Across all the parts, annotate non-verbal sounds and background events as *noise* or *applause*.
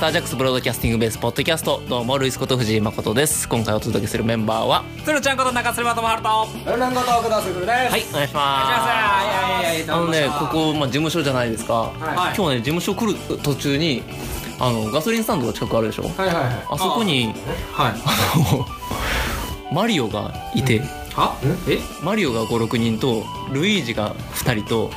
タージャックスブロードキャスティングベースポッドキャストどうもルイスこと藤井誠です今回お届けするメンバーは鶴ちゃんこと中鶴間智春とお願いしルンゴトークのスグルです。はいお願いしまますいやいやいすやあのねここ、まあ、事務所じゃないですか、はい今日ね事務所来る途中にあのガソリンスタンドが近くあるでしょはいはいはい。あそこにはいマリオがいて、はえマリオが56人とルイージが2人と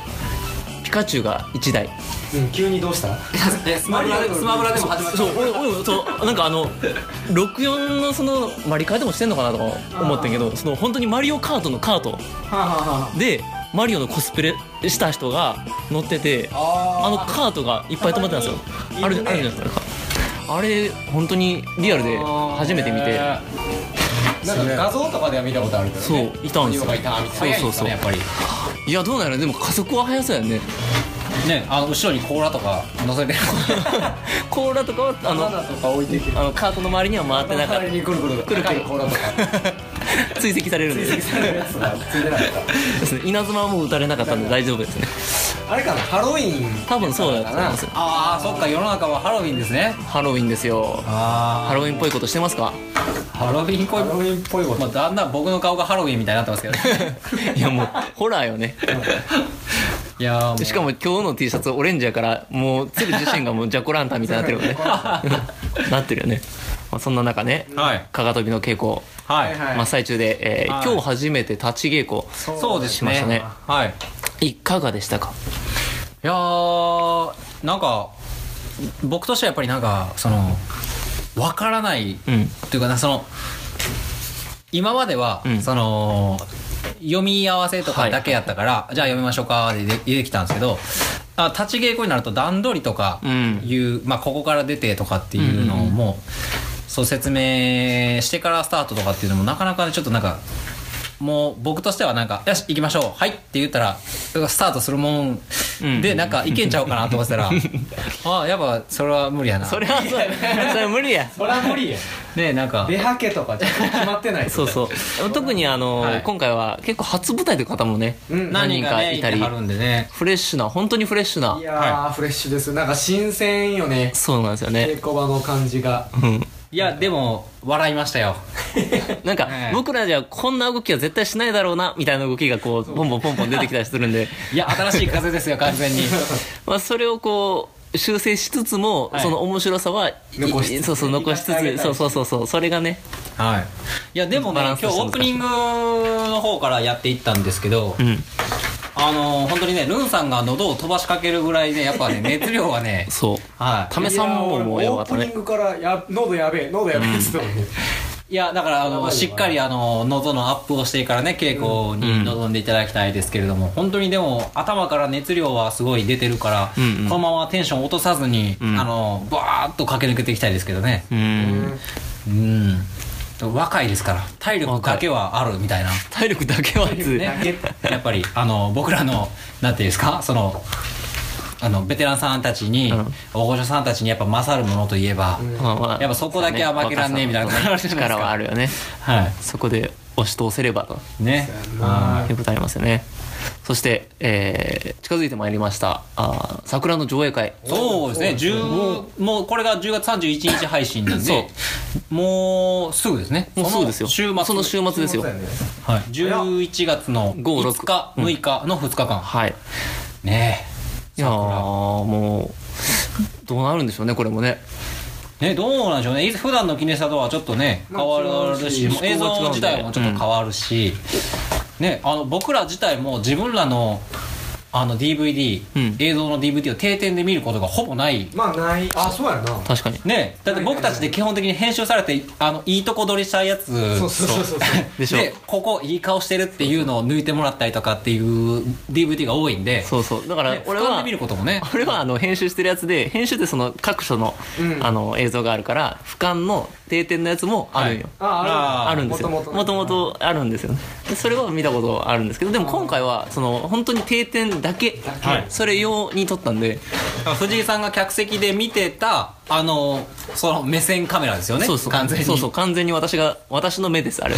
ピカチュウが1台うん、急にどうした？はえスマブラでスマブラでも始まったそう俺俺そうなんかあの64のそのマリカーでもしてんのかなとか思ったんやけどその本当にマリオカートのカートあ、はでマリオのコスプレした人が乗っててああのカートがいっぱい止まってたんですよたまにいるねあるあるじゃないですかあれ本当にリアルで *laughs* 初めて見てなんか画像とかでは見たことあるけどね。そういたんですよ鬼がいたみたいな。そうそうそう早いんですかねやっいやどうなのでも加速は速そうや *laughs* ねぱり。ね、あの後ろに甲羅とか乗 *laughs* せて。コーラとかはああののとか置いてきて。あのカートの周りには回ってなかっ周りにくるくるくるくる高い甲羅とか。 *laughs* た追跡されるん *laughs* でついてるやつがついてなかっですね稲妻はもう打たれなかったんで大丈夫ですねた。あれかな、ハロウィン。多分そうだと思いますああ、そっか、世の中はハロウィンですね。ハロウィンですよあハロウィンっぽいことして *laughs* ますかあ、ハロウィンっぽい。ハロウィンっぽいこと。まあ、だんだん僕の顔がハロウィンみたいになってますけど。いやもうホラーよねいやー、しかも今日の T シャツオレンジやからもう鶴自身が *laughs* もうジャコランタンみたいになってるよねなってるよね、まあ、そんな中ね、はいかが跳びの稽古はいはい真っ最中で、えーはい今日初めて立ち稽古そうですしましたねねはいいかがでしたかいやーなんか僕としてはやっぱりなんかそのわからないうんというかなその今までは、うんその読み合わせとはかいだけやったから、じゃあ読みましょうかででできたんですけどあ立ち稽古になると段取りとかうんいう、まあ、ここから出てとかっていうのをうんうんうんもう,、そう説明してからスタートとかっていうのもなかなかねちょっとなんかもう僕としてはなんか「よし行きましょうはい」って言ったらスタートするもんうんで、なんかいけんちゃうかなと思って *laughs* たらああやっぱそれは無理やなそれは *laughs* それそれは無理やそら無理や。ねなんか出はけとかじゃ決まってない。 *laughs* そうそう特にあの、はい今回は結構初舞台という方もね、うん何人何人かかいいたたりりはるんでねフレッシュな本当にフレッシュないやー、フレッシュです。なんか新鮮よね。そうなんですよね稽古場の感じが。 *laughs* うんいやでも笑いました *laughs* よなんかはい僕らではこんな動きは絶対しないだろうなみたいな動きがこうポンポンポンポン出てきたりするんでいや新しい風ですよ完全にまあそれをこう修正しつつも、はいその面白さはい残しつつそうそう残しつ生かしてあげたついそうそうそうそうそれがね *laughs* はいいやでもねバラ今ンス日とオしてープニングの方からやっていったんですけど、うんあの本当にねルンさんが喉を飛ばしかけるぐらいねやっぱ *laughs* ね熱量はねそうはためさんももうよかったいや俺オープニンねグからや喉やべえ喉やべえっつってたもんね、いいやだからあのしっかりあの喉のアップをしてからね稽古に臨んでいただきたいですけれども、本当にでも頭から熱量はすごい出てるから、うんうんこのままテンション落とさずに、んあのバーッと駆け抜けていきたいですけどねうんうん若いですから体力だけはあるみたいな体力だけはつ、 *laughs* ね、やっぱりあの僕らのなんていうんですかそのあのベテランさんたちに、うん大御所さんたちにやっぱ勝るものといえば、まあまあやっぱそこだけは負けらんねえみたいなことあるじゃないですか力はあるよねはそこで押し通せればといねそうやないうことありますよねそして、えー近づいてまいりましたあー桜の上映会そうですね10もうこれが10月31日配信なんでもうすぐですねもうそうですよその週末その週末ですよはい、11月の5 5日6日の2日間、はいねいやーもうどうなるんでしょうねこれもねね、どうなんでしょうねい普段のキネサとはちょっとね変まあわるし違うし映思考が違う像んで自体もちょっと変わるし、ね、あの僕ら自体も自分らのあの DVD、うん映像の DVD を定点で見ることがほぼない、まあないあそうやな確かにね、だって僕たちで基本的に編集されてあのいいとこ取りしたやつそうそうそうそうでしょでここいい顔してるっていうのを抜いてもらったりとかっていう DVD が多いんでそうそうだからね俺俯瞰はで見ることもね俺はあの編集してるやつで編集ってその各所の,、うんあの映像があるから俯瞰の定点のやつもあるんよ、ああーあるんですよも元々ねともとあるんですよねでそれは見たことあるんですけどでも今回はその本当に定点だけけはいそれ用に撮ったんで、藤井さんが客席で見てたあのその目線カメラですよねそうそう完全にそうそう完全に私が私の目ですあれ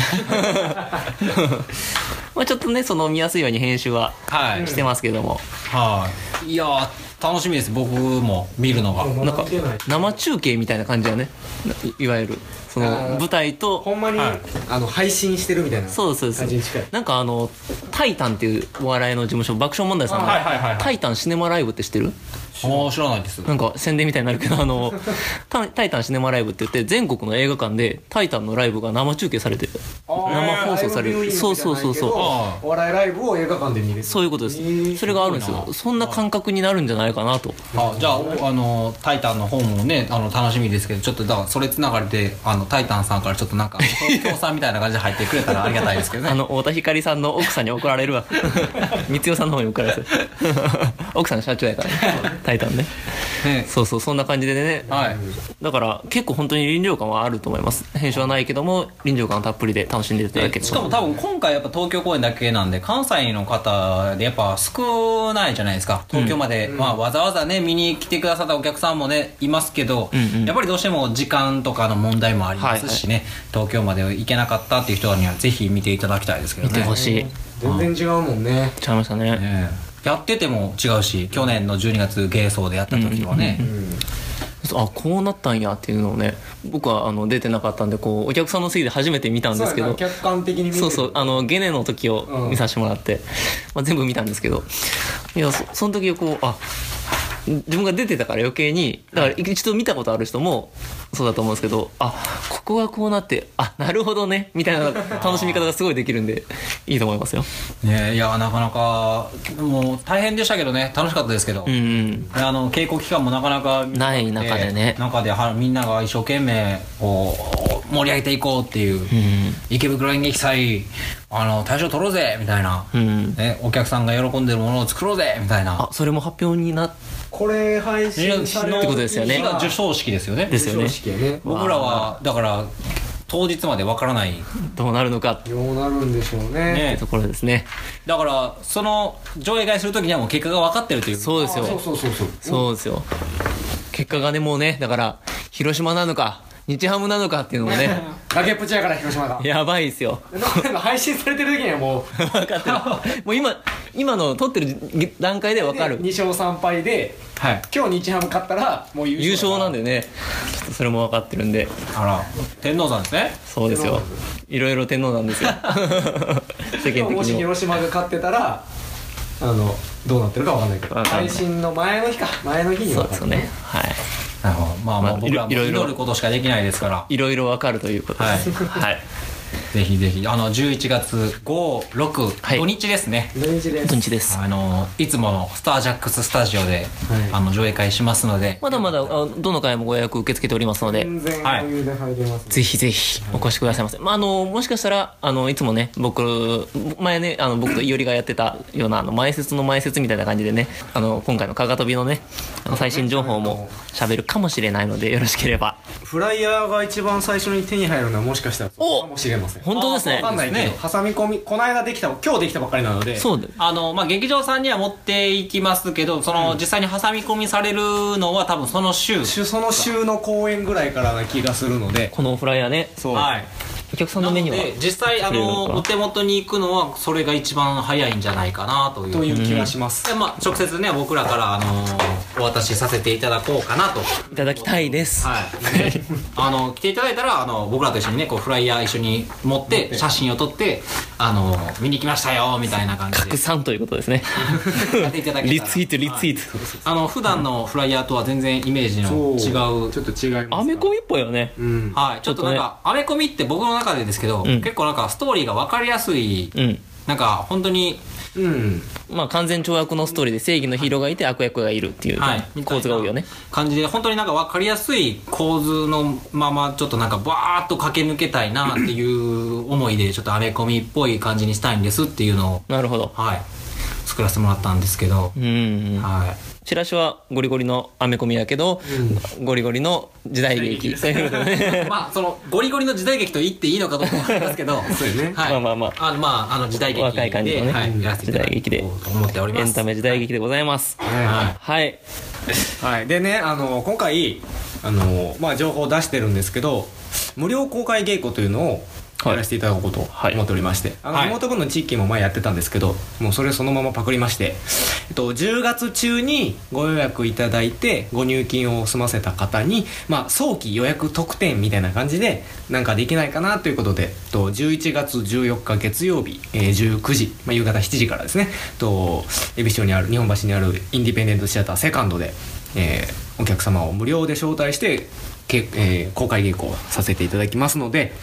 *laughs* まあちょっとねその見やすいように編集ははい、してますけども、はいいやー楽しみです僕も見るのがなんか生中継みたいな感じだねないいわゆるそのあー舞台ほとんまに、はいあの配信してるみたいなそうそうそう感じに近いなんかあの「タイタン」っていうお笑いの事務所爆笑問題さんのあはいはいはいはいタイタンシネマライブ」って知ってるもう知らないですなんか宣伝みたいになるけど「あ *laughs* のタタイタンシネマライブ」って言って全国の映画館で「タイタン」のライブが生中継されて生放送されるそうそうそうそうあうお笑いライブを映画館で見れるそういうことです、えーそれがあるんですすごいよなそんな感覚になるんじゃないかなとあじゃあおあの「タイタン」の方もねあの楽しみですけどちょっとだからそれつながりであの「タイタン」さんからちょっ *laughs* となんか協賛みたいな感じで入ってくれたらありがたいですけどあねの太田光さんの奥さんに怒られるわ *laughs* 光代さんの方に怒られる奥さん社長 *laughs* やからタイタンねねそうそうそんな感じでねはいだから結構本当に臨場感はあると思います編集はないけども臨場感たっぷりで楽しんでいただけでるしかも多分今回やっぱ東京公演だけなんで関西の方でやっぱ少ないじゃないですか東京まで、まあ、わざわざね見に来てくださったお客さんもねいますけど、うんうんやっぱりどうしても時間とかの問題もありますしね、東京まで行けなかったっていう人にはぜひ見ていただきたいですけど見てねほしい、全然違うもんねちゃいましたねねやってても違うし去年の12月芸奏でやった時はね、そうあこうなったんやっていうのをね僕はあの出てなかったんでこうお客さんの席で初めて見たんですけそうやどな客観的に見てるそうそうあのゲネの時を見させてもらって、まあ、全部見たんですけどいやそその時こうあ自分が出てたから余計にだから一度見たことある人もそうだと思うんですけどあここがこうなってあなるほどねみたいな楽しみ方がすごいできるんでいいと思いますよ。ねいやなかなかもう大変でしたけどね楽しかったですけど、うんうんあの稽古期間もなかなかない中でね中ではみんなが一生懸命こう盛り上げていこうっていう、池袋演劇祭あの大賞取ろうぜみたいな、うんね、お客さんが喜んでるものを作ろうぜみたいなあそれも発表になっこれ配信されるってことですよね日が受賞式ですよねですよね授賞式やね僕らはだから当日までわからないどうなるのかってどうなるんでしょうねねいうところですね。だからその上映会する時にはもう結果が分かってるというそうですよそうそうそうそうそうですよ結果がねもうねだから広島なのか日ハムなのかっていうのもね *laughs* 崖っぷちやから広島がやばいですよなんか配信されてる時に *laughs* はもう分かってるもう今今の撮ってる時段階で分かる2勝3敗ではい今日日ハム勝ったらもう優優勝勝なんでねちょっとそれも分かってるんであら天皇さんですねそうですよいろいろ天皇なんです *laughs* よ世間も的しにも広島が勝ってたらあのどうなってるかわかんないけどわかんない配信の前の日か前の日にそはうですよねはいなるほどまあままああ僕らもいろいろ祈ることしかできないですからいろいろ分かるということですはい、ぜひぜひあの11月56、はい土日ですね土日です土日ですあのいつものスタージャックススタジオで、はいあの上映会しますのでまだまだあどの回もご予約受け付けておりますので全然余裕で入れますねぜひぜひお越しくださいませ。まあ、あの、もしかしたら、あの、いつもね、僕、前ね、あの、僕といおりがやってたような、あの、前説の前説みたいな感じでね、あの、今回のかがとびのね、あの最新情報も喋るかもしれないので、よろしければ。フライヤーが一番最初に手に入るのはもしかしたらそうかもしれません本当ですねわか。んないけでどす挟み込みこの間できた今日できたばっかりなのでそうで。あのまあ、劇場さんには持っていきますけどその、実際に挟み込みされるのは多分その週週その週の公演ぐらいからな気がするのでこのフライヤーね、はいお客さんなのの目には。で実際あ触れるののかお手元に行くのはそれが一番早いんじゃないかなというという気がしますでまあ、直接ね僕らから、あのお渡しさせていただこうかなといただきたいです。はい、 *laughs* あの来ていただいたらあの僕らと一緒にねこうフライヤー一緒に持って写真を撮ってあの見に来ましたよみたいな感じで拡散ということですね。やっていただけたらリツイート、リツイート。あの普段のフライヤーとは全然イメージの違うちょっと違いますアメコミっぽいよね。うんはい、ちょっとなんか、アメコミって僕の中でですけど、ん結構なんかストーリーが分かりやすい、うん。なんか本当にうんまあ、完全懲悪のストーリーで正義のヒーローがいて悪役がいるっていはいう構図が多いよね。感じで本当になんか分かりやすい構図のままちょっとなんかバーッと駆け抜けたいなっていう思いでちょっとアメコミっぽい感じにしたいんですっていうのを、なるほど。はい、作らせてもらったんですけ *laughs* ど、うんうん。はいチラシはゴリゴリのアメコミやけど、ゴリゴリの時代劇ということで *laughs* ねまあそのゴリゴリの時代劇と言っていいのかどうかわかりますけ *laughs* どそうよねはい、まあまあまあのまああの時代劇で若い感じのねはい、やらせていただ時代劇でこうと思っておりエまンすタメ時代劇でございます *laughs* ははいはい、でねあの今回あの、まあ、情報を出してるんですけど無料公開稽古というのをいやらせていただこうとはい思っておりまして、あはのい妹君の地域も前やってたんですけどもうそれそのままパクりまして、えっと、10月中にご予約いただいてご入金を済ませた方に、まあ、早期予約特典みたいな感じでなんかできないかなということで、えっと、11月14日月曜日、えー19時、まあ、夕方7時からですね、えっと、恵比寿にある日本橋にあるインディペンデントシアターセカンドで、えーお客様を無料で招待してけ、えー公開稽古をさせていただきますので、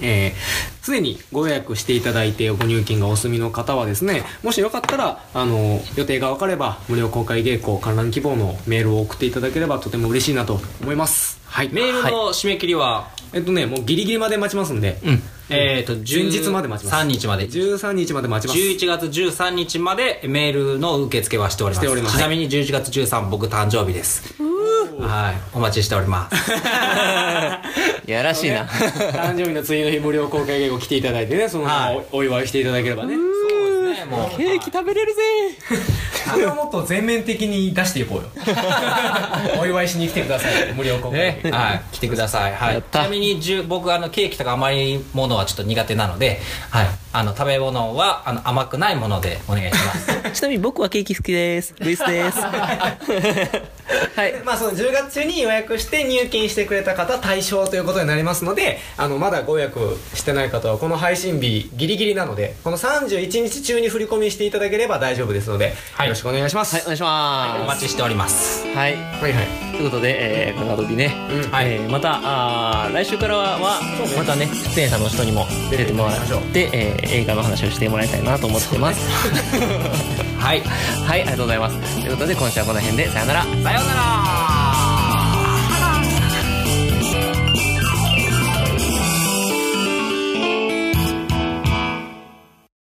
えー、常にご予約していただいてご入金がお済みの方はですねもしよかったらあの予定が分かれば無料公開稽古観覧希望のメールを送っていただければとても嬉しいなと思いますはいメールの締め切りは、えっとねもうギリギリまで待ちますんで、うんえっと、前日まで待ちま3す日まで。 13日まで待ちます11月13日までメールの受付はしておりますしておりますちなみに11月13僕誕生日ですはいお待ちしておりますやらしいな誕生日の次の日無料公開稽古来ていただいてねそのままはいおお祝いしていただければねそうですねもうケーキ食べれるぜそれをもっと全面的に出してい *laughs* こうよお祝いしに来てください無料公開稽古ね、はい、来てください。はやい。っちたなみに、じゅ僕、あの、ケーキとか甘いものはちょっと苦手なので、はい。あの、食べ物は、あの、甘くないものでお願いします。ちなみに僕はケーキ好きですルイス *laughs* ですはいまあその10月中に予約して入金してくれた方対象ということになりますのであのまだご予約してない方はこの配信日ギリギリなのでこの31日中に振り込みしていただければ大丈夫ですので、はいよろしくお願いします、はいお願いしおま待ちしております。すはいはいはいということで、えー、この後日ね、うんはいえーまたあー来週からははまたね出演者の人にも出てもらって、えー映画の話をしてもらいたいなと思ってますはい。 *laughs* はいありがとうございますということで今週はこの辺でさよならさようなら